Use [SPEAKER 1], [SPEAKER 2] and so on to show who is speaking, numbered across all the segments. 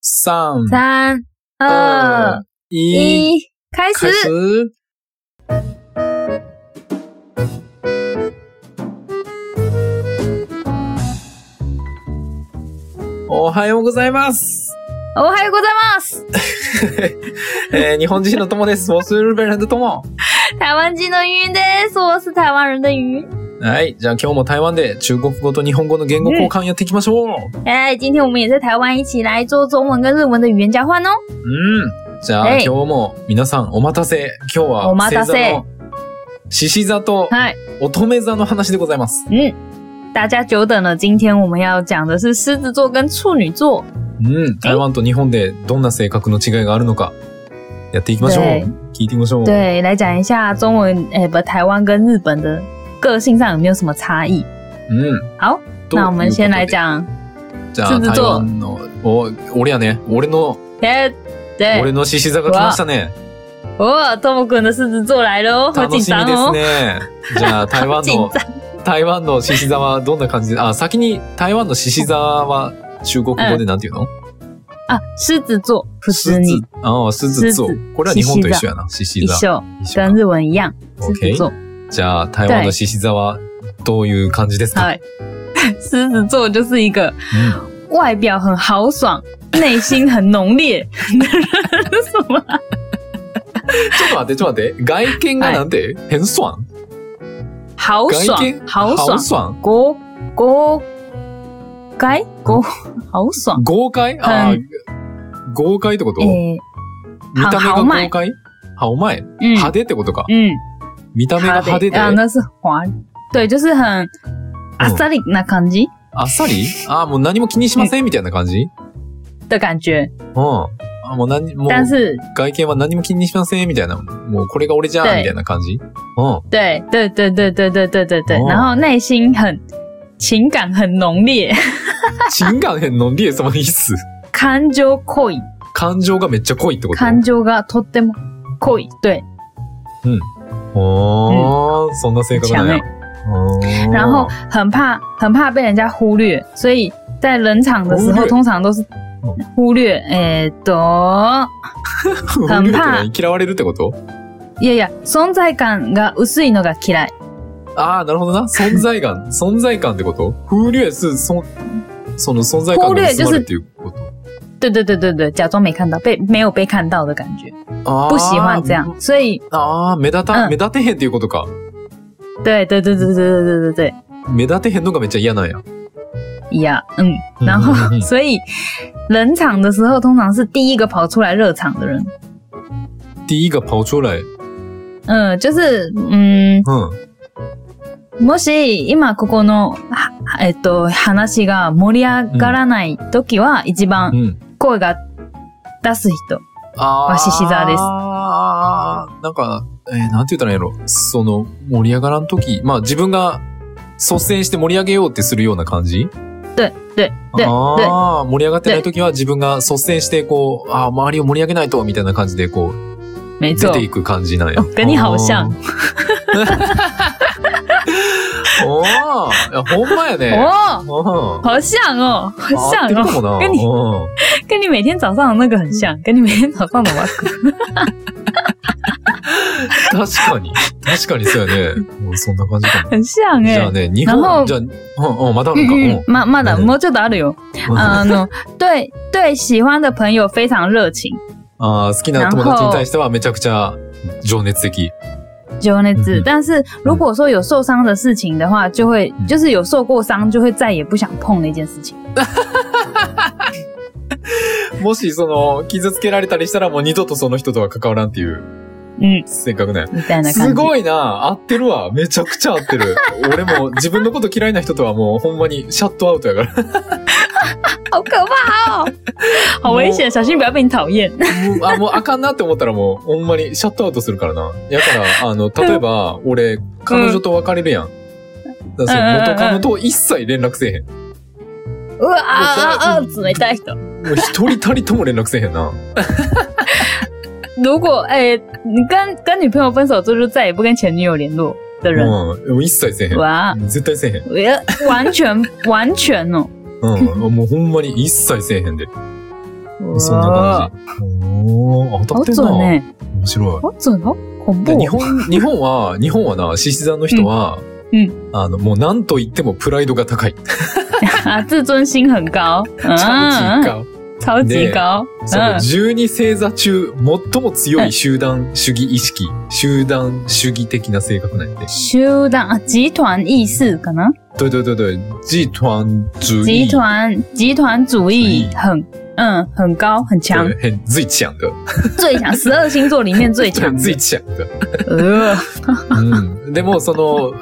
[SPEAKER 1] 三、
[SPEAKER 2] 三、二
[SPEAKER 1] 二、、一、
[SPEAKER 2] 一、开始
[SPEAKER 1] 开。始。おはようございます。
[SPEAKER 2] おはようございます。
[SPEAKER 1] えー日本人の友です。我是日本人的友。
[SPEAKER 2] 台湾人の云です。我是台湾人的云。
[SPEAKER 1] はい。じゃあ今日も台湾で中国語と日本語の言語交換やっていきましょう。
[SPEAKER 2] 哎，今天我们也在台湾一起来做中文跟日文的语言交换哦。
[SPEAKER 1] うん。じゃあ
[SPEAKER 2] は
[SPEAKER 1] 今
[SPEAKER 2] い
[SPEAKER 1] 日も皆さんお待たせ。今日は
[SPEAKER 2] お待たせ
[SPEAKER 1] 星座の獅子座と
[SPEAKER 2] はい
[SPEAKER 1] 乙女座の話でございます。
[SPEAKER 2] 哎嗯大家久等了，今天我们要讲的是狮子座跟处女座。
[SPEAKER 1] うん、台湾と日本でどんな性格の違いがあるのか、やっていきましょう
[SPEAKER 2] 对。
[SPEAKER 1] 聞いてみましょう。
[SPEAKER 2] 对，来讲一下中文，哎，不，台湾跟日本的个性上有没有什么差异？
[SPEAKER 1] うん。
[SPEAKER 2] 好
[SPEAKER 1] と
[SPEAKER 2] 那我们先
[SPEAKER 1] いう
[SPEAKER 2] 来
[SPEAKER 1] こ
[SPEAKER 2] 讲，
[SPEAKER 1] とで。じゃあ、
[SPEAKER 2] 鈴
[SPEAKER 1] 台
[SPEAKER 2] と
[SPEAKER 1] 湾の、お、俺やね。俺の、
[SPEAKER 2] 哎，
[SPEAKER 1] 俺
[SPEAKER 2] 对，
[SPEAKER 1] の獅子座が来ましたね。
[SPEAKER 2] 哦，多么滚的狮子座来喽，好
[SPEAKER 1] 楽
[SPEAKER 2] 紧
[SPEAKER 1] しみ
[SPEAKER 2] 张
[SPEAKER 1] です
[SPEAKER 2] 哦，
[SPEAKER 1] ね。じゃあ、台
[SPEAKER 2] 好
[SPEAKER 1] 湾
[SPEAKER 2] 紧
[SPEAKER 1] の、
[SPEAKER 2] 张。
[SPEAKER 1] 台湾の獅子座はどんな感じで、あ、先に台湾の獅子座は中国語でなんていうの
[SPEAKER 2] 啊，狮子座不是你
[SPEAKER 1] 子ああ、獅子座
[SPEAKER 2] 獅。
[SPEAKER 1] これは日本と一緒やな。獅子
[SPEAKER 2] 一
[SPEAKER 1] 座。
[SPEAKER 2] 秀
[SPEAKER 1] 一緒
[SPEAKER 2] 跟
[SPEAKER 1] か
[SPEAKER 2] 日文一样，狮子
[SPEAKER 1] OK
[SPEAKER 2] 座。
[SPEAKER 1] じゃあ、台湾の獅子座はどういう感じですか
[SPEAKER 2] 嗨，狮子座就是一个
[SPEAKER 1] うん
[SPEAKER 2] 外表很豪爽，内心很浓烈什么啊
[SPEAKER 1] ちょっと待って、ちょっと待って。外見がなんて、変酸
[SPEAKER 2] 豪
[SPEAKER 1] 外
[SPEAKER 2] 爽
[SPEAKER 1] 見
[SPEAKER 2] 豪爽
[SPEAKER 1] 爽
[SPEAKER 2] 国国该国豪爽
[SPEAKER 1] 豪快あー豪快ってこと見
[SPEAKER 2] 诶，
[SPEAKER 1] た目が
[SPEAKER 2] は
[SPEAKER 1] 豪快あ、お前。
[SPEAKER 2] 嗯
[SPEAKER 1] 派手ってことか。
[SPEAKER 2] 嗯，
[SPEAKER 1] 見た目が派手で、
[SPEAKER 2] 啊，
[SPEAKER 1] あ
[SPEAKER 2] 那是华，对，就是很阿萨里那感じ
[SPEAKER 1] っさりあー、もう何も気にしませんみたいな感じうん。
[SPEAKER 2] 的感觉，
[SPEAKER 1] あーもう何、もう
[SPEAKER 2] 但是
[SPEAKER 1] 外見は何も気にしませんみたいな。もうこれが俺じゃんみたいな感じうん。
[SPEAKER 2] 对对对对对对对对对，
[SPEAKER 1] 哦
[SPEAKER 2] 然后内心很情感很浓烈，
[SPEAKER 1] 心眼変のリエ様の意思。
[SPEAKER 2] 感情濃い。
[SPEAKER 1] 感情がめっちゃ濃いってこと
[SPEAKER 2] 感情がとっても濃い。对，
[SPEAKER 1] おー、そんな性格なんや。
[SPEAKER 2] 強
[SPEAKER 1] おー
[SPEAKER 2] 然后很怕很怕被人家忽略，所以在冷场的时
[SPEAKER 1] 忽略
[SPEAKER 2] 候，通常都是忽略。えーっと、
[SPEAKER 1] うん
[SPEAKER 2] 很怕
[SPEAKER 1] 嫌われるってこと
[SPEAKER 2] いやいや、存在感が薄いのが嫌い。
[SPEAKER 1] ああ、なるほどな。存在 感。存在感ってこと風流是、そ、その存在感が薄まるっていうこと。
[SPEAKER 2] 对对对对对，假装没看到，被没有被看到的感觉，
[SPEAKER 1] あー
[SPEAKER 2] 不喜欢这样。。所以，
[SPEAKER 1] ああ、目立た、
[SPEAKER 2] うん
[SPEAKER 1] 目立てへんっていうことか。
[SPEAKER 2] 对对对对对对对对对，
[SPEAKER 1] 目立てへんのがめっちゃ嫌なんや。
[SPEAKER 2] 一样，嗯。然后
[SPEAKER 1] うんうんう，ん
[SPEAKER 2] 所以冷场的时候，通常是第一个跑出来热场的人。
[SPEAKER 1] 第一が跑出来。う
[SPEAKER 2] 嗯，就是嗯。
[SPEAKER 1] ん。
[SPEAKER 2] もし、今ここの、はえっと、話が盛り上がらない時は、一
[SPEAKER 1] う
[SPEAKER 2] 番
[SPEAKER 1] ん。
[SPEAKER 2] 声が出す人。
[SPEAKER 1] ああ。
[SPEAKER 2] わしし座です
[SPEAKER 1] ああ、なんか、えーなんて言ったらいいんやろ。その、盛り上がらんとき、まあ自分が率先して盛り上げようってするような感じ
[SPEAKER 2] 对、对、对、对、
[SPEAKER 1] ああ、盛り上がってない時は自分が率先して、こう、ああ、周りを盛り上げないと、みたいな感じで、こう、
[SPEAKER 2] 没
[SPEAKER 1] 出
[SPEAKER 2] 错
[SPEAKER 1] て。いく感じなんや。
[SPEAKER 2] あガニハオシャン
[SPEAKER 1] あー。おーいやほんまやね。
[SPEAKER 2] 哦，
[SPEAKER 1] お
[SPEAKER 2] 好像哦，好
[SPEAKER 1] 合っ
[SPEAKER 2] 像
[SPEAKER 1] てる
[SPEAKER 2] 哦，
[SPEAKER 1] かもな。
[SPEAKER 2] ガニ
[SPEAKER 1] うん
[SPEAKER 2] 跟你每天早上的那个很像，跟你每天早上的玩。
[SPEAKER 1] 確かに。確かにそうや ね。もうそんな感じかも。
[SPEAKER 2] 很像
[SPEAKER 1] じゃ
[SPEAKER 2] 哎
[SPEAKER 1] あ。ね、日
[SPEAKER 2] な
[SPEAKER 1] 本、
[SPEAKER 2] ん
[SPEAKER 1] じゃあ、うんうん、またある
[SPEAKER 2] 嗯
[SPEAKER 1] んか。うん
[SPEAKER 2] 嗯，ままだ
[SPEAKER 1] うん
[SPEAKER 2] もうちょっとあるよ。
[SPEAKER 1] うん
[SPEAKER 2] あの、对对喜欢的朋友非常热情、
[SPEAKER 1] あー好きな友達に対してはめちゃくちゃ情熱的。
[SPEAKER 2] 情
[SPEAKER 1] 嗯
[SPEAKER 2] 熱
[SPEAKER 1] 嗯，
[SPEAKER 2] 但是如果说有受伤的事情的话，就会就是有受过伤，就会再也不想碰那件事情。
[SPEAKER 1] もし、その、傷つけられたりしたらもう二度とその人とは関わらんっていう
[SPEAKER 2] 嗯，
[SPEAKER 1] 性格ね。
[SPEAKER 2] みたいな感じ。
[SPEAKER 1] すごいな合ってるわ。めちゃくちゃ合って る。俺も自分のこと嫌いな人とはもうほんまにシャットアウトや から。
[SPEAKER 2] 好可怕 哦，好危险，小心不要被你讨厌。
[SPEAKER 1] もう、あ、もうあかんなって思ったらもうほんまにシャットアウトするからな。やから、あの、例えば、俺、彼女と別れるやん。だからその元カノと一切連絡せえへん。
[SPEAKER 2] うわああ
[SPEAKER 1] う
[SPEAKER 2] あ，冷たい人。
[SPEAKER 1] もう一人たりとも連絡せえへんな。
[SPEAKER 2] 如果哎、你跟跟女朋友分手之后，就再也不跟前女友联络的人，
[SPEAKER 1] うん。もう一切せえへん。
[SPEAKER 2] 哇，
[SPEAKER 1] 絶対せえへん。
[SPEAKER 2] 我要 完全完全哦，
[SPEAKER 1] うん。もうほんまに一切せえへんで。そんな感じ。おお、当たっ
[SPEAKER 2] じ。
[SPEAKER 1] て
[SPEAKER 2] お
[SPEAKER 1] んな。
[SPEAKER 2] つはね、
[SPEAKER 1] 面白い。
[SPEAKER 2] おつのこぼ
[SPEAKER 1] で日本、日本は、日本はな、獅子座の人は、
[SPEAKER 2] うんう
[SPEAKER 1] あの、もう何と言ってもプライドが高い。
[SPEAKER 2] 啊，自尊心很高，嗯，
[SPEAKER 1] 超級高。
[SPEAKER 2] 超级高，
[SPEAKER 1] その12星座中、最も強い集団主義意識、集団主義的な性格なんやで。
[SPEAKER 2] 集団啊，集团意识可能
[SPEAKER 1] 对对对对、集团主
[SPEAKER 2] 集
[SPEAKER 1] 義。
[SPEAKER 2] 团集团主
[SPEAKER 1] 主义
[SPEAKER 2] 义很嗯很高很强，
[SPEAKER 1] 对很最强的。。
[SPEAKER 2] 最强十二星座里面最强
[SPEAKER 1] 最強的。
[SPEAKER 2] 呃，
[SPEAKER 1] うん、でもその、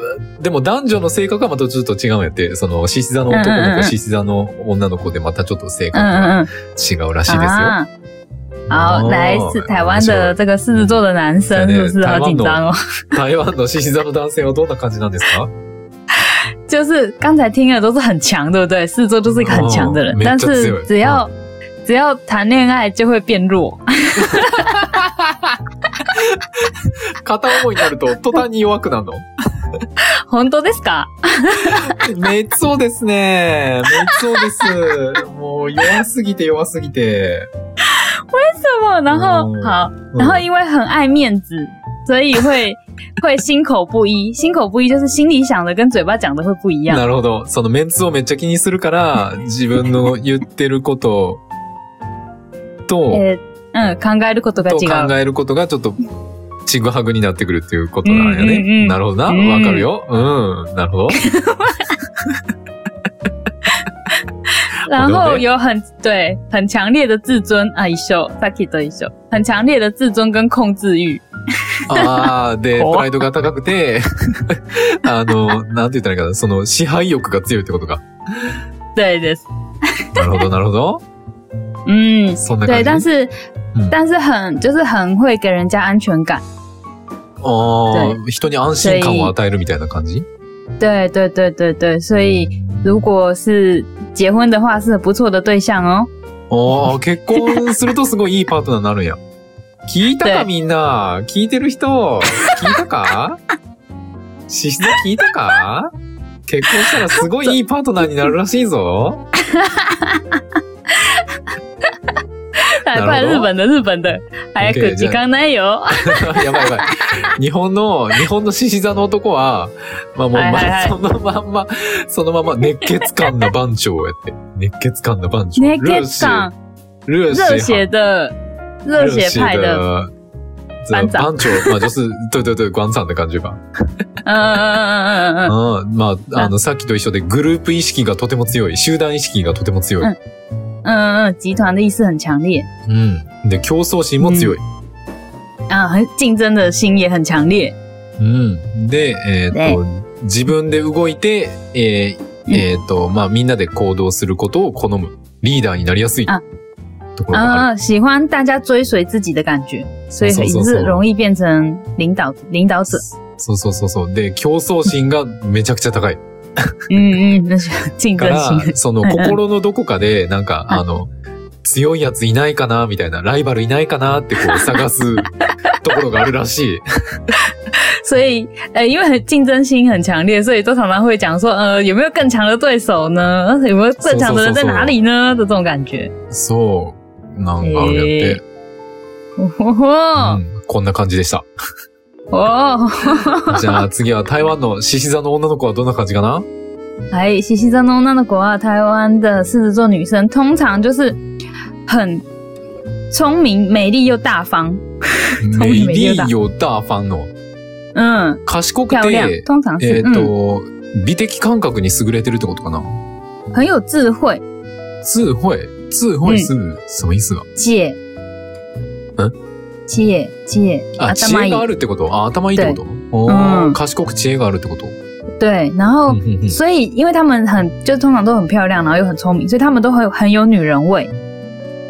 [SPEAKER 1] でも男女の性格はまたちょっと違うんやって、その、獅子座の男
[SPEAKER 2] うんうんう
[SPEAKER 1] の子、
[SPEAKER 2] ん
[SPEAKER 1] 獅子座の女の子でまたちょっと性格
[SPEAKER 2] 嗯
[SPEAKER 1] が
[SPEAKER 2] 嗯
[SPEAKER 1] 違うらしい
[SPEAKER 2] 嗯，
[SPEAKER 1] ですよ。
[SPEAKER 2] 啊，好，
[SPEAKER 1] 哦
[SPEAKER 2] 来是台湾的这个狮子座的男生，
[SPEAKER 1] 对
[SPEAKER 2] 是不是
[SPEAKER 1] 台湾
[SPEAKER 2] 好
[SPEAKER 1] 的
[SPEAKER 2] 紧张哦？
[SPEAKER 1] 台湾の獅子座の男性はどんな感じなんですか
[SPEAKER 2] 就是刚才听的都是很强，对不对？狮子座就是一个很强的人
[SPEAKER 1] 哦，没
[SPEAKER 2] 但
[SPEAKER 1] 这
[SPEAKER 2] 是
[SPEAKER 1] 这
[SPEAKER 2] 只要只要谈恋爱就会变弱。
[SPEAKER 1] 片思いになると途端に弱くなるの
[SPEAKER 2] 本当ですか？
[SPEAKER 1] めっそうですね。めっそうです。もう弱すぎて弱すぎて。
[SPEAKER 2] 这么，然后
[SPEAKER 1] 哦
[SPEAKER 2] 好，
[SPEAKER 1] 嗯
[SPEAKER 2] 然后因为很爱面子，所以 会会心口不一。心口不一就是心里想的跟嘴巴讲的会不一样。
[SPEAKER 1] なるほど。そのメンツをめっちゃ気にするから、自分の言ってることと、
[SPEAKER 2] えー嗯，考えることが
[SPEAKER 1] と
[SPEAKER 2] 違う。
[SPEAKER 1] 考えることがちょっとちぐはぐになってくるっていうことなんやね。
[SPEAKER 2] うんうんうん
[SPEAKER 1] なるほどな。
[SPEAKER 2] うん
[SPEAKER 1] わかるよ。うん。なるほど。
[SPEAKER 2] 然
[SPEAKER 1] 对
[SPEAKER 2] 后
[SPEAKER 1] 不对
[SPEAKER 2] 有很对很强烈的自尊啊，一秀 Saki 的一秀，很强烈的自尊跟控制欲。
[SPEAKER 1] ああ、で、プ
[SPEAKER 2] 怖っ
[SPEAKER 1] ライドが高くて、 あの、なんて言ったらいいかな。その支配欲が強いってことか。
[SPEAKER 2] 对的，
[SPEAKER 1] なるほど、なるほど。
[SPEAKER 2] 嗯，
[SPEAKER 1] そんな感
[SPEAKER 2] 对，
[SPEAKER 1] じ。
[SPEAKER 2] 但是
[SPEAKER 1] 嗯
[SPEAKER 2] 但是很就是很会给人家安全感。
[SPEAKER 1] ああ、人に安心感を与えるみたいな感じ
[SPEAKER 2] 对对对对对，所以如果是结婚的话，是很不错的对象哦。
[SPEAKER 1] ああ、結婚するとすごいいいパートナーになるんや。聞いたか
[SPEAKER 2] 对
[SPEAKER 1] みんな聞いてる人聞いたか獅子座聞いたか結婚したらすごいいいパートナーになるらしいぞ。
[SPEAKER 2] 来，
[SPEAKER 1] なるほど
[SPEAKER 2] 快日本的日本的，还有
[SPEAKER 1] OK，
[SPEAKER 2] 可吉康奶油，
[SPEAKER 1] やばいやばい。日本の、日本の獅子座の男は、まあもう、
[SPEAKER 2] はいはいは
[SPEAKER 1] ま
[SPEAKER 2] い
[SPEAKER 1] あ、そのまんま、そのまま熱血感な番長をやって。熱血感な番長。
[SPEAKER 2] 你可以上
[SPEAKER 1] 热血，
[SPEAKER 2] 热
[SPEAKER 1] 热血
[SPEAKER 2] 血的热血派的，
[SPEAKER 1] 的
[SPEAKER 2] 班长
[SPEAKER 1] 班长まあ就是对对对，馆长的感觉吧。
[SPEAKER 2] 嗯嗯嗯嗯嗯嗯
[SPEAKER 1] うん、まあ、あの、さっきと一緒でグループ意識がとても強い。集団意識がとても強い。
[SPEAKER 2] うん嗯嗯嗯，集团的意识很强烈，
[SPEAKER 1] うん。で、競争心も強い。
[SPEAKER 2] 啊，很竞争的心也很强烈，
[SPEAKER 1] うん。で、えーっと、自分で動いて、え
[SPEAKER 2] うん
[SPEAKER 1] ー、えーっと、まあ、みんなで行動することを好む。リーダーになりやすい
[SPEAKER 2] あ。
[SPEAKER 1] ところがある。
[SPEAKER 2] 啊，喜欢大家追随自己的感觉，所以
[SPEAKER 1] そう
[SPEAKER 2] 很
[SPEAKER 1] そうそう
[SPEAKER 2] 是容易变成领导领导者。
[SPEAKER 1] そうそうそうそう。で、競争心がめちゃくちゃ高い。
[SPEAKER 2] 嗯嗯，那是竞
[SPEAKER 1] か
[SPEAKER 2] 争
[SPEAKER 1] ら
[SPEAKER 2] 心。、
[SPEAKER 1] その
[SPEAKER 2] うんうん
[SPEAKER 1] 心のどこかで、なんか、
[SPEAKER 2] うん
[SPEAKER 1] あの、強いやついないかなみたいな、ライバルいないかなってこ う探すところがあるらしい。
[SPEAKER 2] 所以呃，因为很竞争心很强烈，所以都常常会讲说，呃，有没有更强的对手呢？呃有没有更强的人在哪里呢？的这种感觉。
[SPEAKER 1] そう。なんかあるんやって。
[SPEAKER 2] へー
[SPEAKER 1] う
[SPEAKER 2] 哦
[SPEAKER 1] ん、こんな感じでした。
[SPEAKER 2] 哦，
[SPEAKER 1] じゃあ次は台湾の獅子座の女の子はどんな感じかな
[SPEAKER 2] 哎，西西真的那的国啊，台湾的狮子座女生通常就是很聪明、美丽又大方，
[SPEAKER 1] メイリーヨダーファンの
[SPEAKER 2] 嗯，
[SPEAKER 1] 賢く
[SPEAKER 2] 漂亮，
[SPEAKER 1] て、
[SPEAKER 2] 通常
[SPEAKER 1] えっ、
[SPEAKER 2] 是嗯
[SPEAKER 1] と、美的感覚に優れてるってことかな
[SPEAKER 2] 很有智慧、
[SPEAKER 1] 智慧智慧是什么意思だ
[SPEAKER 2] 姐，
[SPEAKER 1] 嗯，啊
[SPEAKER 2] 姐姐，
[SPEAKER 1] あ、知恵があるってことあ、頭いいってことお
[SPEAKER 2] う
[SPEAKER 1] ー
[SPEAKER 2] ん
[SPEAKER 1] 賢く知恵があるってこと
[SPEAKER 2] 对，然后
[SPEAKER 1] うんうんうん
[SPEAKER 2] 所以，因为他们很，就通常都很漂亮，然后又很聪明，所以他们都很很有女人味。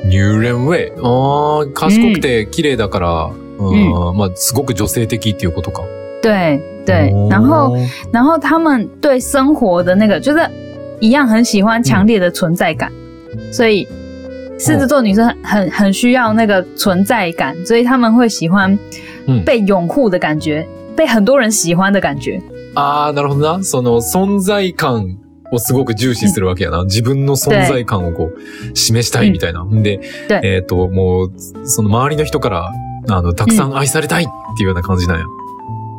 [SPEAKER 1] ニューレンウェイ。あー賢くて綺麗だから、うん、まあ、すごく女性的っていうことか。
[SPEAKER 2] 对对
[SPEAKER 1] お，ー
[SPEAKER 2] 然后然后他们对生活的那个就是一样很喜欢强烈的存在感，所以狮子座女
[SPEAKER 1] 哦
[SPEAKER 2] 生很很很需要那个存在感，所以他们会喜欢
[SPEAKER 1] 嗯
[SPEAKER 2] 被拥护的感觉，被很多人喜欢的感觉。
[SPEAKER 1] ああ、なるほどな。その存在感をすごく重視するわけやな。自分の存在感をこう、示したいみたいな。んで、
[SPEAKER 2] 对
[SPEAKER 1] えっ、と、もう、その周りの人から、あの、たくさん愛されたいっていうような感じなんや。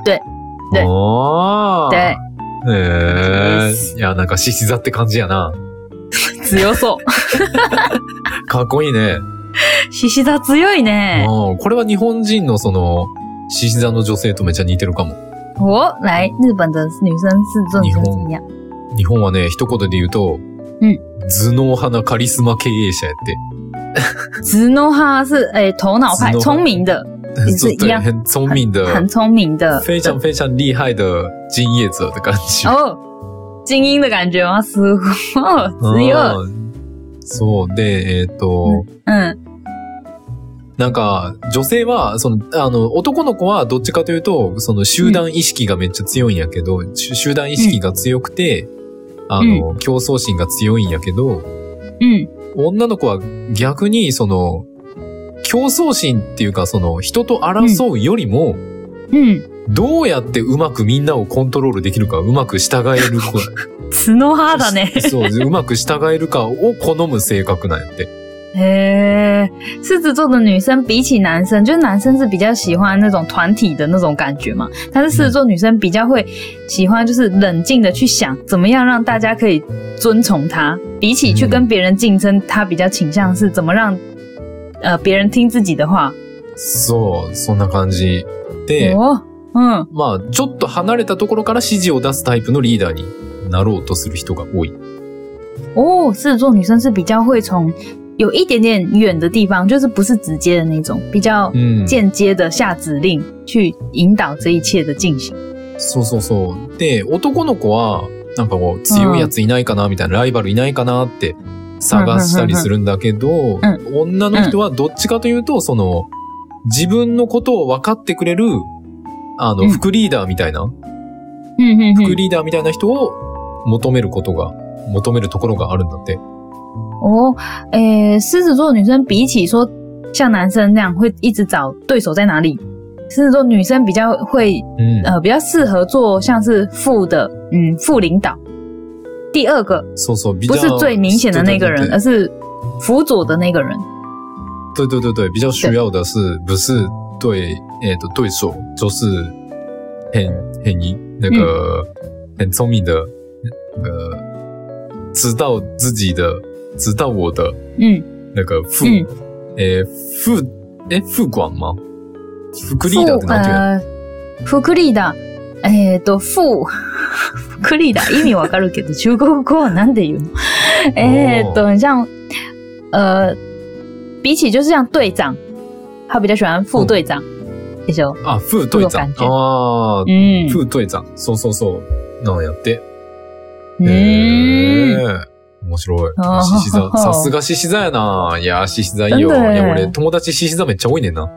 [SPEAKER 2] 对对
[SPEAKER 1] ああ。
[SPEAKER 2] 对。
[SPEAKER 1] へ
[SPEAKER 2] そう
[SPEAKER 1] えー。
[SPEAKER 2] で
[SPEAKER 1] いや、なんか獅子座って感じやな。
[SPEAKER 2] 強そう。
[SPEAKER 1] かっこいいね。
[SPEAKER 2] 獅子座強いね。
[SPEAKER 1] うん。これは日本人のその、獅子座の女性とめっちゃ似てるかも。
[SPEAKER 2] お来日本的女生是这种怎么样？
[SPEAKER 1] 日本はね、一言で言うと、
[SPEAKER 2] うん
[SPEAKER 1] 頭脳派なカリスマ経営者やって。
[SPEAKER 2] 直诺哈是诶、头脑派，呃
[SPEAKER 1] 直诺
[SPEAKER 2] 聪明的，也是一
[SPEAKER 1] 对，
[SPEAKER 2] 样
[SPEAKER 1] 很聪明的，
[SPEAKER 2] 很聪明的，
[SPEAKER 1] 非常非常厉害的敬业者的感觉。
[SPEAKER 2] 哦，精英的感觉吗？似乎哦，只有
[SPEAKER 1] うんそうで、えっ、と、
[SPEAKER 2] 嗯
[SPEAKER 1] なんか、女性は、その、あの、男の子はどっちかというと、その集団意識がめっちゃ強いんやけど、集集団意識が強くて、あの、競争心が強いんやけど、
[SPEAKER 2] 嗯
[SPEAKER 1] 女の子は逆に、その、競争心っていうか、その、人と争うよりも、
[SPEAKER 2] 嗯，
[SPEAKER 1] どうやってうまくみんなをコントロールできるか、うまく従える子、
[SPEAKER 2] 直诺哈的呢？
[SPEAKER 1] そう、うまく従えるかを好む性格なんやって。
[SPEAKER 2] 诶，狮子座的女生比起男生，就是男生是比较喜欢那种团体的那种感觉嘛，但是狮子座女生比较会喜欢就是冷静的去想怎么样让大家可以遵从她，比起去跟别人竞争，她比较倾向是怎么让呃别人听自己的话。
[SPEAKER 1] そう、そんな感じ。で、
[SPEAKER 2] 哦，嗯
[SPEAKER 1] まあ、ちょっと離れたところから指示を出すタイプのリーダーになろうとする人が多い。
[SPEAKER 2] 哦，狮子座女生是比较会从有一点点远的地方，就是不是直接的那种，比较
[SPEAKER 1] うん。
[SPEAKER 2] 间接的下指令去引导这一切的进行。
[SPEAKER 1] そうそうそう。で、男の子は、なんかこう、強いやついないかな、みたいな、ライバルいないかなって探したりするんだけど、
[SPEAKER 2] う
[SPEAKER 1] 女の人はどっちかというと、その、自分のことを分かってくれる、あ
[SPEAKER 2] う
[SPEAKER 1] の、
[SPEAKER 2] ん
[SPEAKER 1] 副リーダーみたいな、
[SPEAKER 2] 嗯嗯
[SPEAKER 1] 副リーダーみたいな人を求めることが、求めるところがあるんだって。
[SPEAKER 2] 哦，诶，狮子座女生比起说像男生那样会一直找对手在哪里，狮子座女生比较会
[SPEAKER 1] うん。
[SPEAKER 2] 呃比较适合做像是副的嗯副领导。第二个
[SPEAKER 1] そうそう、比
[SPEAKER 2] 不
[SPEAKER 1] 較
[SPEAKER 2] 是最明显的那个人，
[SPEAKER 1] 对
[SPEAKER 2] 而是辅佐的那个人。
[SPEAKER 1] 对对对对，比较需要的是不是对诶的对手，就是很很一那个、很聪明的，那个知道自己的，知道我的
[SPEAKER 2] 嗯，
[SPEAKER 1] 那个副
[SPEAKER 2] 嗯
[SPEAKER 1] 诶、副诶副管吗？副リーダーってなんていうの？
[SPEAKER 2] 呃副リーダーえっと副副リーダー意味わかるけ ど中国語はなんで言うの？えっと很像呃比起就是像队长，他比较喜欢副队长。でしょ？
[SPEAKER 1] あ、副隊長
[SPEAKER 2] 副。
[SPEAKER 1] あ
[SPEAKER 2] の
[SPEAKER 1] ー、
[SPEAKER 2] 嗯
[SPEAKER 1] 副隊長。そうそうそう。なんやって。
[SPEAKER 2] 嗯，
[SPEAKER 1] ええ面白い
[SPEAKER 2] あ。ー
[SPEAKER 1] 獅子座。さすが獅子座やな。いやー、獅子座いいよ。い
[SPEAKER 2] なんで
[SPEAKER 1] や、俺、友達獅子座めっちゃ多いねんな。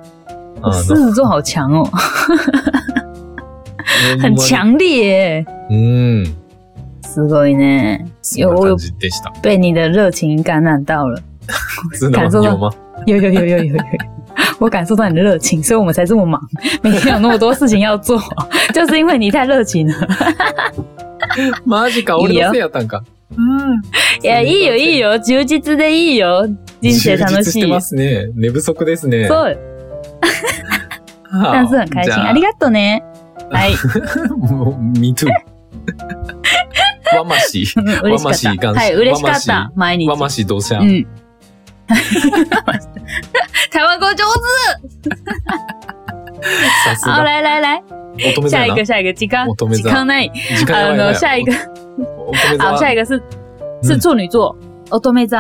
[SPEAKER 1] あ
[SPEAKER 2] 狮子座好强哦，很。 強烈耶。
[SPEAKER 1] ほんまにうん。
[SPEAKER 2] すごいね，
[SPEAKER 1] そんな感じでした。
[SPEAKER 2] 被你的热情感染到了。
[SPEAKER 1] 真的吗？
[SPEAKER 2] 感受
[SPEAKER 1] 你
[SPEAKER 2] 到
[SPEAKER 1] 有吗？
[SPEAKER 2] 有有有有有有有，我感受到你的热情，所以我们才这么忙，每天有那么多事情要做， 就是因为你太热情了。
[SPEAKER 1] マジか、
[SPEAKER 2] いい
[SPEAKER 1] 俺の
[SPEAKER 2] よ
[SPEAKER 1] せいやったんか。うん。
[SPEAKER 2] いや、いいよいいよ、充実でいいよ、人生楽
[SPEAKER 1] 充実
[SPEAKER 2] し
[SPEAKER 1] して
[SPEAKER 2] い
[SPEAKER 1] ま。すね。寝不足ですね。
[SPEAKER 2] そう、但是很开心。あり
[SPEAKER 1] が
[SPEAKER 2] が とうね。 はい、
[SPEAKER 1] とう。もう me too。わましい。
[SPEAKER 2] うん嬉しか
[SPEAKER 1] わましい
[SPEAKER 2] った。
[SPEAKER 1] 感
[SPEAKER 2] はい、嬉しかった。毎日
[SPEAKER 1] わ。ましいどうしゃ
[SPEAKER 2] う。ん。 台湾語上手。
[SPEAKER 1] さす
[SPEAKER 2] 好，
[SPEAKER 1] が。
[SPEAKER 2] 来来来，
[SPEAKER 1] 乙女座
[SPEAKER 2] 下一
[SPEAKER 1] やな
[SPEAKER 2] 个。下一个，几刚
[SPEAKER 1] 我都没
[SPEAKER 2] 几
[SPEAKER 1] 知道
[SPEAKER 2] 刚那，
[SPEAKER 1] 時間やば
[SPEAKER 2] あ
[SPEAKER 1] い
[SPEAKER 2] の
[SPEAKER 1] な
[SPEAKER 2] 下一个。
[SPEAKER 1] 乙女座
[SPEAKER 2] 好，下一个是是
[SPEAKER 1] 嗯
[SPEAKER 2] 处女座，乙女座。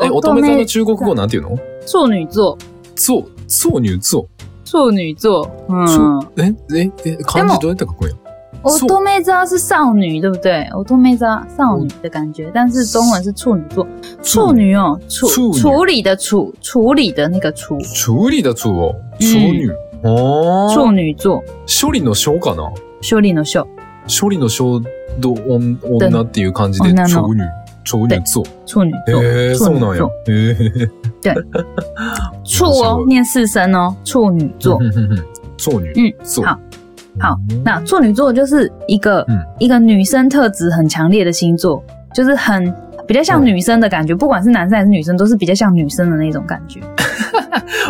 [SPEAKER 1] え、乙女座の中国語なんていうの
[SPEAKER 2] 处女座，
[SPEAKER 1] そう、そうにゅうそう。
[SPEAKER 2] 处女座，嗯，
[SPEAKER 1] そうえ、え、え、漢字どうやって書くんや
[SPEAKER 2] 我多妹座是少女，对不对？我多妹座少女的感
[SPEAKER 1] 嗯
[SPEAKER 2] 觉，但是中文是处女座，处女哦，处
[SPEAKER 1] 处女
[SPEAKER 2] 处理的处，处理的那个处，
[SPEAKER 1] 处理的处を、处女。あ
[SPEAKER 2] 处女座，
[SPEAKER 1] 処理の章かな
[SPEAKER 2] 修理の修，
[SPEAKER 1] 処理の章ど女女っていう感じで、
[SPEAKER 2] 女の
[SPEAKER 1] 处女。处女座。
[SPEAKER 2] 处女座，
[SPEAKER 1] えー、
[SPEAKER 2] 处
[SPEAKER 1] そう
[SPEAKER 2] 女
[SPEAKER 1] なんや
[SPEAKER 2] 座，。
[SPEAKER 1] えー。
[SPEAKER 2] 处哦，念四声哦，处女座
[SPEAKER 1] 嗯 う。んうんうん。そうにゅ
[SPEAKER 2] う
[SPEAKER 1] う。そう。
[SPEAKER 2] 好好，那处女座就是一个、
[SPEAKER 1] 嗯
[SPEAKER 2] 一个女生特质很强烈的星座，就是很比较
[SPEAKER 1] 嗯
[SPEAKER 2] 像女生的感觉，不管是男生还是女生，都是比较像女生的那种感觉。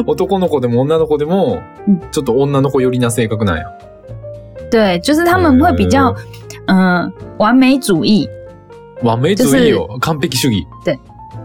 [SPEAKER 1] 男の子でも女の子でも
[SPEAKER 2] うん、
[SPEAKER 1] ちょっと女の子寄りな性格なんや。
[SPEAKER 2] 对，就是他们会比较嗯、呃完美主义、
[SPEAKER 1] 完美主義よ。完璧主義。
[SPEAKER 2] 对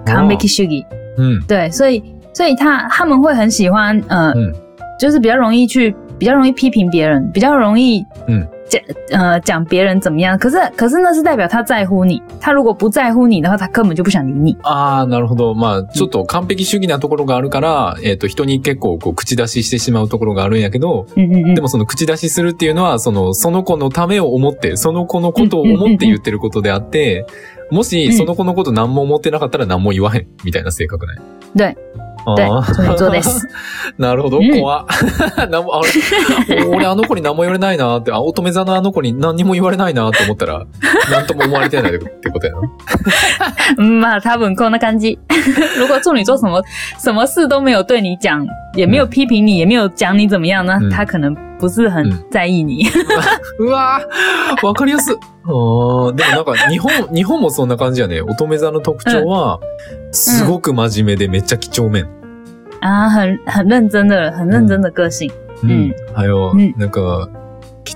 [SPEAKER 1] あー。
[SPEAKER 2] 完美主义。
[SPEAKER 1] うん。
[SPEAKER 2] 对，所以所以他他们会很喜欢，呃，
[SPEAKER 1] 嗯
[SPEAKER 2] 就是比较容易去，比较容易批评别人，比较容易，
[SPEAKER 1] 嗯，
[SPEAKER 2] 讲呃讲别人怎么样。可是可是那是代表他在乎你，他如果不在乎你的话，他根本就不想理你。
[SPEAKER 1] ああ、なるほど。まあ、ちょっと完璧主義なところがあるから、えっ、と、人に結構こう、口出ししてしまうところがあるんやけど、
[SPEAKER 2] 嗯嗯
[SPEAKER 1] で
[SPEAKER 2] 嗯，
[SPEAKER 1] もその口出しするっていうのは、その、その子のためを思って、その子のことを思って言ってることであって、もし、
[SPEAKER 2] うん
[SPEAKER 1] その子のこと何も思ってなかったら何も言わへん、みたいな性格ね。
[SPEAKER 2] 对
[SPEAKER 1] あ
[SPEAKER 2] 对
[SPEAKER 1] ー，
[SPEAKER 2] 处女 座です
[SPEAKER 1] なるほど、
[SPEAKER 2] うん
[SPEAKER 1] 怖っ 何も、あれ、俺あの子に何も言われないなって、あ、乙女座のあの子に何にも言われないなって思ったら、何とも思われてないってことやな。
[SPEAKER 2] 嗯嘛，他本空那干机。 如果处女座什么什么事都没有对你讲，也没有批评你，也没有讲你怎么样呢，
[SPEAKER 1] 嗯
[SPEAKER 2] 他可能不是很
[SPEAKER 1] 嗯
[SPEAKER 2] 在意你。
[SPEAKER 1] うわーわかりやすい。あーでもなんか日本、 日本もそんな感じやね。乙女座の特徴は、すごく真面目でめっちゃ几帳面。
[SPEAKER 2] 啊，很很认真的，很认真的个性。
[SPEAKER 1] うん。还有
[SPEAKER 2] うん、
[SPEAKER 1] なんか、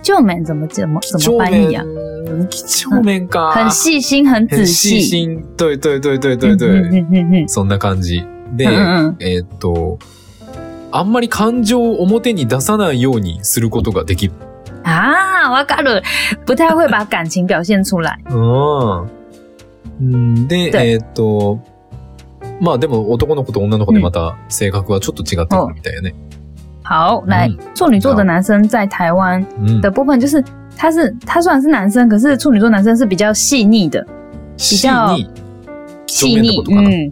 [SPEAKER 2] 就 man 怎么怎么
[SPEAKER 1] 几
[SPEAKER 2] 怎
[SPEAKER 1] 帳
[SPEAKER 2] 么翻译啊？
[SPEAKER 1] 面。几帳面か。
[SPEAKER 2] 很细心，很仔
[SPEAKER 1] 很细
[SPEAKER 2] 细，
[SPEAKER 1] 心。对对对对对对。
[SPEAKER 2] 嗯嗯嗯嗯
[SPEAKER 1] そんな感じ。で、
[SPEAKER 2] 嗯嗯，
[SPEAKER 1] えーっと、あんまり感情を表に出さないようにすることができる。
[SPEAKER 2] 嗯啊，我搞了，不太会把感情表现出来。
[SPEAKER 1] うん。で、
[SPEAKER 2] で
[SPEAKER 1] えーっと、まあでも男の子と女の子でまた性格はちょっと違ってくるみたいよね。嗯
[SPEAKER 2] 好，来，处女座的男生在台湾
[SPEAKER 1] うん
[SPEAKER 2] 的。部分就是，他是他虽然是男生，可是处女座男生是比较细腻的，
[SPEAKER 1] C
[SPEAKER 2] 較
[SPEAKER 1] に、几
[SPEAKER 2] 细
[SPEAKER 1] 帳面って
[SPEAKER 2] 腻
[SPEAKER 1] こ，とかな。
[SPEAKER 2] 嗯，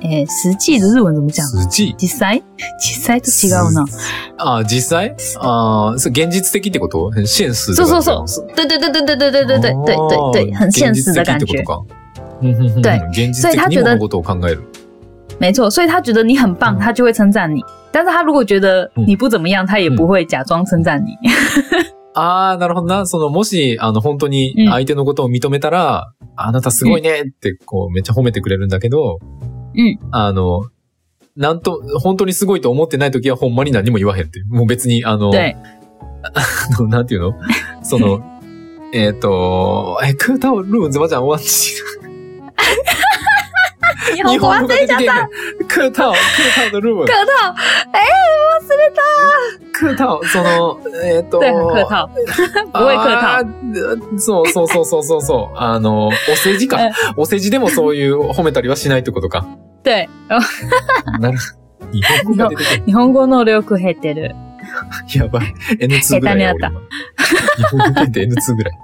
[SPEAKER 2] 诶，实际的日文怎么讲？
[SPEAKER 1] 筋
[SPEAKER 2] 実際実際と違うな。
[SPEAKER 1] あー、実際あー、そう現実的ってこと现实
[SPEAKER 2] そうそうそう。对对对对对对对对对对
[SPEAKER 1] 哦
[SPEAKER 2] 对对，很现实的感觉。对
[SPEAKER 1] 对，現
[SPEAKER 2] 所
[SPEAKER 1] 実
[SPEAKER 2] 以他
[SPEAKER 1] 的に
[SPEAKER 2] 觉得
[SPEAKER 1] 物事を考える。
[SPEAKER 2] 没错，所以他觉得你很棒，
[SPEAKER 1] 嗯
[SPEAKER 2] 他就会称赞你。但是他如果觉得
[SPEAKER 1] 嗯哦
[SPEAKER 2] 你不怎么样，他也不会假装称赞你。
[SPEAKER 1] ああ、なるほどな。その、もし、あの、本当に
[SPEAKER 2] うん
[SPEAKER 1] 相手のことを認めたら、あなたすごいねって、こう、めっちゃ褒めてくれるんだけど、
[SPEAKER 2] うん
[SPEAKER 1] あの、なんと、本当にすごいと思ってない時は、ほんまに何も言わへんっていう。もう別に、あの、
[SPEAKER 2] 对，
[SPEAKER 1] あの なんていうのその、 えっと、え、クータオルーンズマちゃん終わっ
[SPEAKER 2] 你好滑
[SPEAKER 1] 語が出てけえへんクータオ、クータオのルーム
[SPEAKER 2] 客。套，
[SPEAKER 1] 哦
[SPEAKER 2] 哎，忘
[SPEAKER 1] ク
[SPEAKER 2] れた。
[SPEAKER 1] ータオ、その、えっと、
[SPEAKER 2] 对，很客套， 不会客
[SPEAKER 1] あ
[SPEAKER 2] 套。
[SPEAKER 1] ー。そうそうそうそうそうそう。 あの、お世辞か
[SPEAKER 2] うん。
[SPEAKER 1] お世辞でもそういう褒めたりはしないってことか。
[SPEAKER 2] 对，然后
[SPEAKER 1] なる日本語が出てくる。
[SPEAKER 2] 日本語能力減ってる。
[SPEAKER 1] やばい。N2 ぐらいや。
[SPEAKER 2] 下手にな
[SPEAKER 1] 俺今日本語で N2 ぐらい。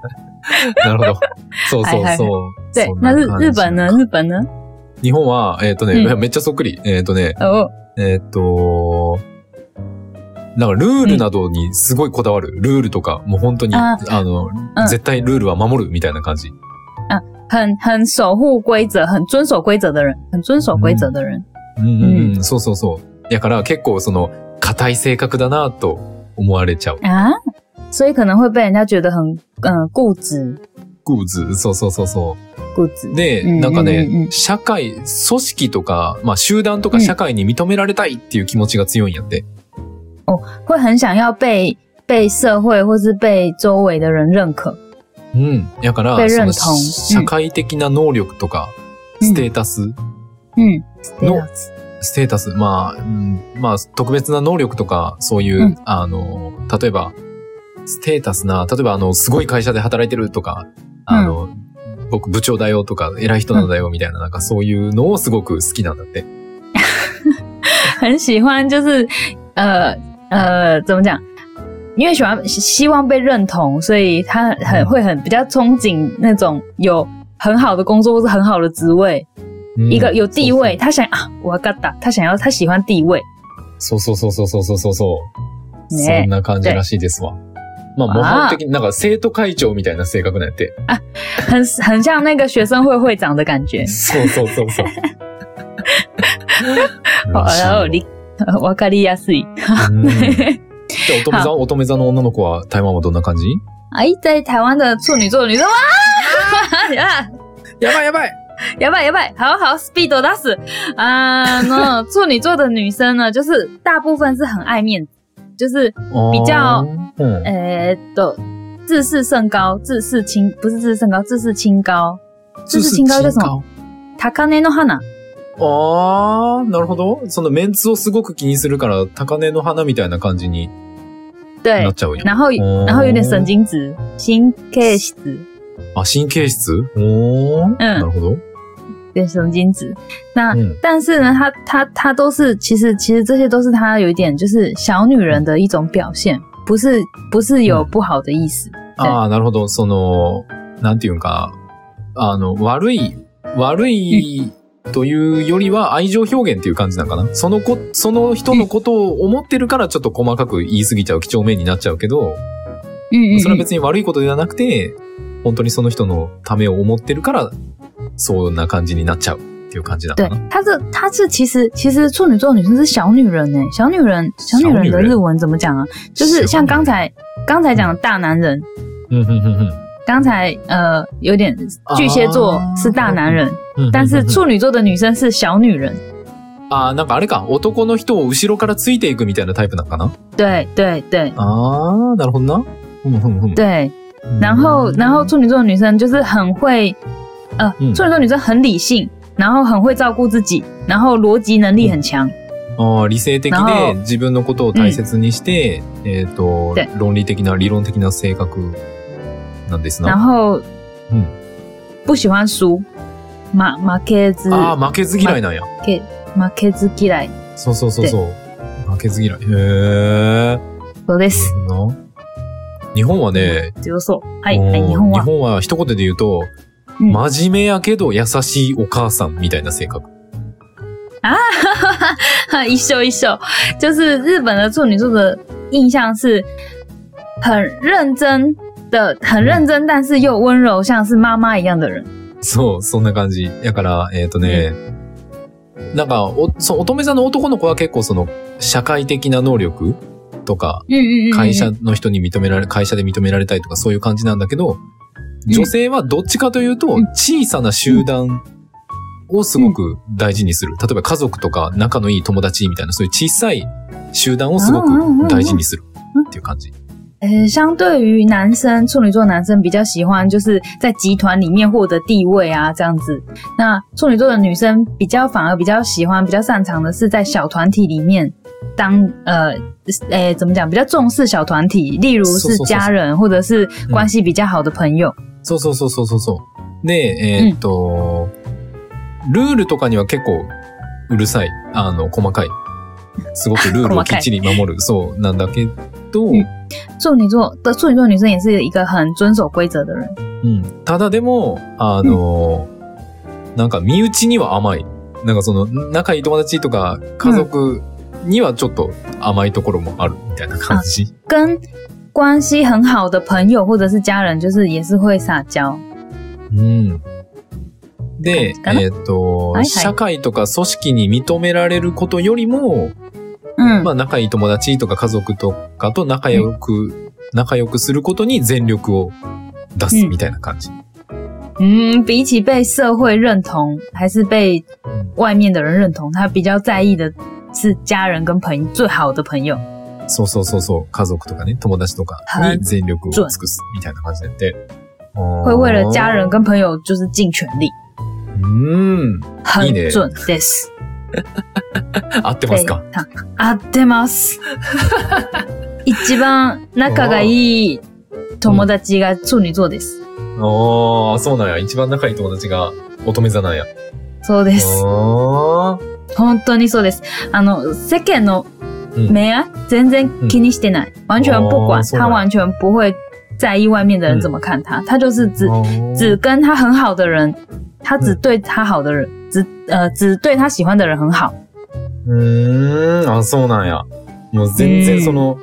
[SPEAKER 1] なるほど。そうそう
[SPEAKER 2] はいはい
[SPEAKER 1] そう。
[SPEAKER 2] 对
[SPEAKER 1] そ，ん
[SPEAKER 2] 那
[SPEAKER 1] な感じ
[SPEAKER 2] 日日本呢？日本呢？
[SPEAKER 1] 日本は、えっ、とね、
[SPEAKER 2] うん
[SPEAKER 1] めっちゃそっくり。えっ、とね、
[SPEAKER 2] 哦，
[SPEAKER 1] えっ、と、なんかルールなどにすごいこだわる。ルールとか、もう本当に、
[SPEAKER 2] あ
[SPEAKER 1] あの、
[SPEAKER 2] うん
[SPEAKER 1] 絶対ルールは守るみたいな感じ。
[SPEAKER 2] 很很守护规则，很遵守规则的人，很遵守规则的人。
[SPEAKER 1] うんうんうん、そうそうそう。だから結構その、硬い性格だなと思われちゃう。
[SPEAKER 2] 啊，所以可能会被人家觉得很嗯、呃固执，
[SPEAKER 1] グーズ、そうそうそうそう。
[SPEAKER 2] 固执。
[SPEAKER 1] で、
[SPEAKER 2] うん
[SPEAKER 1] なんか
[SPEAKER 2] うんうんう
[SPEAKER 1] ね、
[SPEAKER 2] ん
[SPEAKER 1] 社会、組織とか、まあ集団とか
[SPEAKER 2] うん
[SPEAKER 1] 社会に認められたいっていう気持ちが強いんやって。
[SPEAKER 2] 会很想要被被社会或是被周围的人认可。
[SPEAKER 1] うん。だから、
[SPEAKER 2] ベル
[SPEAKER 1] そ
[SPEAKER 2] ン
[SPEAKER 1] の
[SPEAKER 2] トン
[SPEAKER 1] 社会的な能力とか、
[SPEAKER 2] うん
[SPEAKER 1] ステータス、
[SPEAKER 2] 嗯，
[SPEAKER 1] の
[SPEAKER 2] 对
[SPEAKER 1] ステータス、まあ、うんまあ、特別な能力とか、そういう、
[SPEAKER 2] うん
[SPEAKER 1] あの、例えば、ステータスな、例えば、あの、すごい会社で働いてるとか、あの、僕部長だよとか、偉い人なんだよみたいな、なんかそういうのをすごく好きなんだって。
[SPEAKER 2] 很喜欢，就是呃呃，怎么讲？因为喜欢希希望被认同，所以他很
[SPEAKER 1] 嗯
[SPEAKER 2] 会很比较憧憬那种有很好的工作或是很好的职位，
[SPEAKER 1] 嗯
[SPEAKER 2] 一个有地位，他想啊，我要干打，他想要他喜欢地位，
[SPEAKER 1] そうそうそうそうそうそうそうそう。そ
[SPEAKER 2] ね
[SPEAKER 1] んな感じらしいですわ。まあ、模範的になんか生徒会長みたいな性格なんやって。
[SPEAKER 2] 很很像那个学生会会长的感觉。
[SPEAKER 1] そうそうそう そう。
[SPEAKER 2] 哦
[SPEAKER 1] らしい
[SPEAKER 2] 然
[SPEAKER 1] わ
[SPEAKER 2] 后哦你， わかりやすい。
[SPEAKER 1] うんで乙女座、乙女座の女の子は台湾はどんな感じ
[SPEAKER 2] 哎，在台湾的处女座的女生 哇，啊
[SPEAKER 1] やばいやばい
[SPEAKER 2] やばいやばい，好好，speed 出す。啊，那 处女座的女生呢，就是大部分是很爱面子，就是比较
[SPEAKER 1] うん。
[SPEAKER 2] 呃的自视甚高，自视清不是自视甚高，自视清高。自
[SPEAKER 1] 自
[SPEAKER 2] 视
[SPEAKER 1] 視
[SPEAKER 2] 清高叫什
[SPEAKER 1] 清
[SPEAKER 2] 么？塔卡内诺哈娜。
[SPEAKER 1] あー、なるほど。そのメンツをすごく気にするから、高嶺の花みたいな感じに
[SPEAKER 2] 对
[SPEAKER 1] なっ，ちゃうんや。
[SPEAKER 2] 然后
[SPEAKER 1] 哦
[SPEAKER 2] 然后有点神经质，心 K 质，
[SPEAKER 1] あ、神経質おー、なるほど。
[SPEAKER 2] 嗯有点神经质。那
[SPEAKER 1] うん。
[SPEAKER 2] 但是呢，她她她都是，其实其实这些都是她有一点就是小女人的一种表现，不是不是有不好的意思。
[SPEAKER 1] あー、なるほど。その、なんていうんかな。あの、悪い、悪いというよりは愛情表現っていう感じなんかな。その子、その人のことを思ってるからちょっと細かく言い過ぎちゃう、几帳面になっちゃうけど、
[SPEAKER 2] 嗯嗯
[SPEAKER 1] それは別に悪いことではなくて、本当にその人のためを思ってるから、そんな感じになっちゃうっていう感じなの
[SPEAKER 2] 对
[SPEAKER 1] かな。，
[SPEAKER 2] 她是她是其实其实处女座女生是小女人呢、小女人小女
[SPEAKER 1] 小
[SPEAKER 2] 人的
[SPEAKER 1] 女人
[SPEAKER 2] 日文怎么讲啊？就是像刚才刚才讲的大男人，
[SPEAKER 1] うんうんうんうん
[SPEAKER 2] 刚才呃有点巨蟹座
[SPEAKER 1] 啊
[SPEAKER 2] 是大男人，
[SPEAKER 1] うんうん
[SPEAKER 2] 但
[SPEAKER 1] う
[SPEAKER 2] 是
[SPEAKER 1] ん
[SPEAKER 2] 处女座的女生是小女人。
[SPEAKER 1] ああ、なんかあれか、男の人を後ろからついていくみたいなタイプなんかな。
[SPEAKER 2] 对对对
[SPEAKER 1] ああ、なるほどな。うんうんうん。
[SPEAKER 2] 对，
[SPEAKER 1] うん
[SPEAKER 2] 然后然后处女座的女生就是很会，呃，
[SPEAKER 1] 嗯
[SPEAKER 2] 处女座女生很理性，然后很会照顾自己，然后逻辑能
[SPEAKER 1] 嗯
[SPEAKER 2] 力很强。
[SPEAKER 1] あー理性的
[SPEAKER 2] 然
[SPEAKER 1] で
[SPEAKER 2] 后
[SPEAKER 1] 自分のことを大切にして、えっ、と
[SPEAKER 2] 对、
[SPEAKER 1] 論理的な、理論的な性格なんです
[SPEAKER 2] 然
[SPEAKER 1] な。
[SPEAKER 2] 后，
[SPEAKER 1] 嗯，
[SPEAKER 2] 不喜欢输，马马 K 之
[SPEAKER 1] ああ、負けず嫌いなんや。
[SPEAKER 2] 马 K 之 K 来，
[SPEAKER 1] そうそうそうそう。負けず嫌い。へえ。
[SPEAKER 2] そうです。
[SPEAKER 1] な日本はね、
[SPEAKER 2] 只有说，哎
[SPEAKER 1] うん
[SPEAKER 2] 哎，日本は
[SPEAKER 1] 一言で言うと、
[SPEAKER 2] うん
[SPEAKER 1] 真面目やけど優しいお母さんみたいな性格。
[SPEAKER 2] 一秀一秀，就是日本的处女座的印象是很认真的，很认真，但是又温柔，像是妈妈一样的人。
[SPEAKER 1] そう、そんな感じ。だから、えっ、とね、なんか、お、そう、乙女座の男の子は結構その、社会的な能力とか、
[SPEAKER 2] 嗯嗯嗯，
[SPEAKER 1] 会社の人に認められ、会社で認められたいとかそういう感じなんだけど、
[SPEAKER 2] うん
[SPEAKER 1] 女性はどっちかというと
[SPEAKER 2] うん、
[SPEAKER 1] 小さな集団をすごく大事にする。例えば家族とか仲のいい友達みたいな、そういう小さい集団をすごく大事にするっていう感じ。
[SPEAKER 2] 呃，相对于男生，处女座男生比较喜欢就是在集团里面获得地位啊这样子。那处女座的女生比较反而比较喜欢、比较擅长的是在小团体里面当呃，诶、怎么讲？比较重视小团体，例如
[SPEAKER 1] 是是嗯
[SPEAKER 2] 是
[SPEAKER 1] 是
[SPEAKER 2] 家人或者是关系比较好的朋友。
[SPEAKER 1] そうそうそうそうそうそう。で、えーっと、ルールとかには結構うるさい。あの、細かい。すごくルールを
[SPEAKER 2] 細
[SPEAKER 1] き
[SPEAKER 2] かい
[SPEAKER 1] っちり守る。そうなんだけど、
[SPEAKER 2] ん处女座的处女座女生也是一个很遵守规则的人。
[SPEAKER 1] うん。ただでも、あの、なんか身内には甘い。なんかその、仲いい友達とか家族にはちょっと甘いところもあるみたいな感じ。
[SPEAKER 2] 跟关系很好的朋友或者是家人，就是也是会撒娇。
[SPEAKER 1] うん。で、
[SPEAKER 2] 感じかな
[SPEAKER 1] えーっと、
[SPEAKER 2] はいはい
[SPEAKER 1] 社会とか組織に認められることよりも、
[SPEAKER 2] 嗯，
[SPEAKER 1] まあ仲いい友達とか家族とかと仲良く、仲良くすることに全力を出すみたいな感じ。
[SPEAKER 2] 嗯，比起被社会认同，还是被外面的人认同，他比较在意的是家人跟朋友最好的朋友。
[SPEAKER 1] そうそうそうそう、家族とかね、友達とかに全力を尽くすみたいな感じになって。
[SPEAKER 2] 会为了家人
[SPEAKER 1] あ
[SPEAKER 2] 跟朋友就是尽全力，
[SPEAKER 1] ーうん。
[SPEAKER 2] 很
[SPEAKER 1] いいね
[SPEAKER 2] 准 this
[SPEAKER 1] 合ってますか
[SPEAKER 2] 常合ってます。啊 一番仲がいい友達が处女座です。
[SPEAKER 1] ああ、そうなんや。一番仲いい友達が乙女座なんや。
[SPEAKER 2] そうです。
[SPEAKER 1] あー
[SPEAKER 2] 本当にそうです。あの、世間の目啊，全然気にしてない，完全不管
[SPEAKER 1] 哦，そうなん
[SPEAKER 2] 他
[SPEAKER 1] や
[SPEAKER 2] 完全不会在意外面的人怎么看他，他就是只
[SPEAKER 1] あー
[SPEAKER 2] 只跟他很好的人，他只
[SPEAKER 1] 哦嗯
[SPEAKER 2] 对他好的人只呃只对他喜欢的人很好。
[SPEAKER 1] うーん、あ、そうなんや。もう全然その、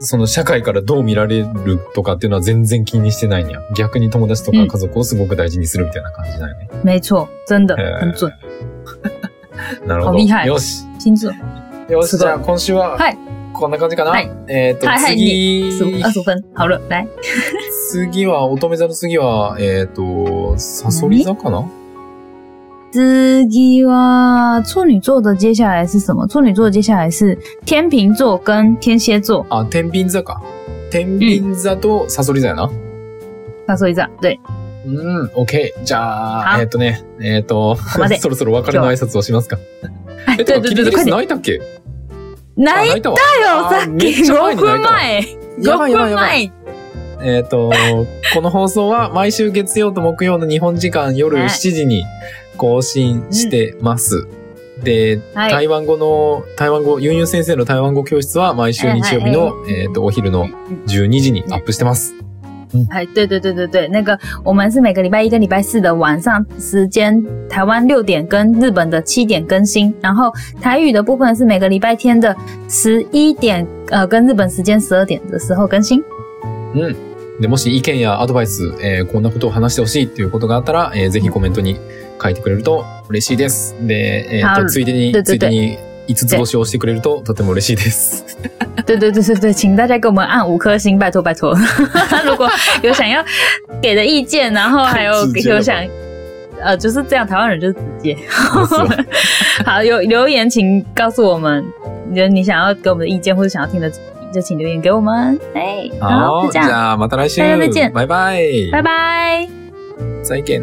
[SPEAKER 1] その社会からどう見られるとかっていうのは全然気にしてないんや。逆に友達とか家族をすごく大事にするみたいな感じなんやね。
[SPEAKER 2] 没错，真的
[SPEAKER 1] へー
[SPEAKER 2] 很准，
[SPEAKER 1] なるほ
[SPEAKER 2] あ
[SPEAKER 1] ど。
[SPEAKER 2] 厉害
[SPEAKER 1] よし。
[SPEAKER 2] 精准。
[SPEAKER 1] よし、
[SPEAKER 2] すご
[SPEAKER 1] じ
[SPEAKER 2] い
[SPEAKER 1] ゃあ今週は
[SPEAKER 2] はい、
[SPEAKER 1] こんな感じかな。
[SPEAKER 2] はい
[SPEAKER 1] えっ、と、
[SPEAKER 2] はいはい
[SPEAKER 1] 次、
[SPEAKER 2] 十五二十分，好了，来，
[SPEAKER 1] 次は、乙女座の次は、えっ、と、サソリ座かな
[SPEAKER 2] 次は啊处女座的接下来是什么？处女座接下来是天秤座跟天蝎座。
[SPEAKER 1] あ、天秤座か。天秤座とサソリ座やな。
[SPEAKER 2] 他说一下，对，
[SPEAKER 1] うん、オッケー。じゃあ、
[SPEAKER 2] 好
[SPEAKER 1] えっ、とね、えっ、と
[SPEAKER 2] こまで、
[SPEAKER 1] そろそろお別れの挨拶をしますか。
[SPEAKER 2] 哎，
[SPEAKER 1] え、
[SPEAKER 2] 对
[SPEAKER 1] て
[SPEAKER 2] 对
[SPEAKER 1] か、
[SPEAKER 2] 对
[SPEAKER 1] 君
[SPEAKER 2] 对，
[SPEAKER 1] クリ
[SPEAKER 2] 快
[SPEAKER 1] ス
[SPEAKER 2] 点！
[SPEAKER 1] 泣いたっけ
[SPEAKER 2] 哪
[SPEAKER 1] あ
[SPEAKER 2] 一
[SPEAKER 1] 泣いたわ。
[SPEAKER 2] 有
[SPEAKER 1] あ
[SPEAKER 2] 在
[SPEAKER 1] ーめっちゃ前に泣いたわ。
[SPEAKER 2] 卖？
[SPEAKER 1] やばいやばいやばい。
[SPEAKER 2] い。
[SPEAKER 1] えっ、と、この放送は毎週月曜と木曜の日本時間夜
[SPEAKER 2] はい
[SPEAKER 1] 7時に更新してます。で、
[SPEAKER 2] はい。
[SPEAKER 1] 台湾語の、台湾語、ユンユン先生の台湾語教室は毎週日曜日
[SPEAKER 2] はい
[SPEAKER 1] の、えっ、と、お昼の12時にアップしてます。
[SPEAKER 2] 嗯哎，对对对对对，那个我们是每个礼拜一跟礼拜四的晚上时间，台湾六点跟日本的七点更新，然后台语的部分是每个礼拜天的十一点，呃，跟日本时间十二点的时候更新。
[SPEAKER 1] で、もし意見やアドバイス、えーこんなことを話してほしいっていうことがあったら、えーぜひコメントに書いてくれると嬉しいです。で、えっ、と、
[SPEAKER 2] はい
[SPEAKER 1] ついでに、
[SPEAKER 2] で
[SPEAKER 1] つい
[SPEAKER 2] でで
[SPEAKER 1] でに5つ星を押してくれるととても嬉しい です。
[SPEAKER 2] 对对对对对，请大家给我们按五颗星，拜托拜托。 如果有想要给的意见，然后还有
[SPEAKER 1] 直接了吧
[SPEAKER 2] 有想，呃，就是这样，台湾人就是直接。
[SPEAKER 1] そう
[SPEAKER 2] 好，有留言请告诉我们，就是你想要给我们的意见，或者想要听的主题，就请留言给我们。哎，好，
[SPEAKER 1] 好
[SPEAKER 2] 就，这
[SPEAKER 1] じ
[SPEAKER 2] 样，
[SPEAKER 1] ゃあまた来週。
[SPEAKER 2] 再见
[SPEAKER 1] バイバイ。
[SPEAKER 2] 拜拜。
[SPEAKER 1] 再见。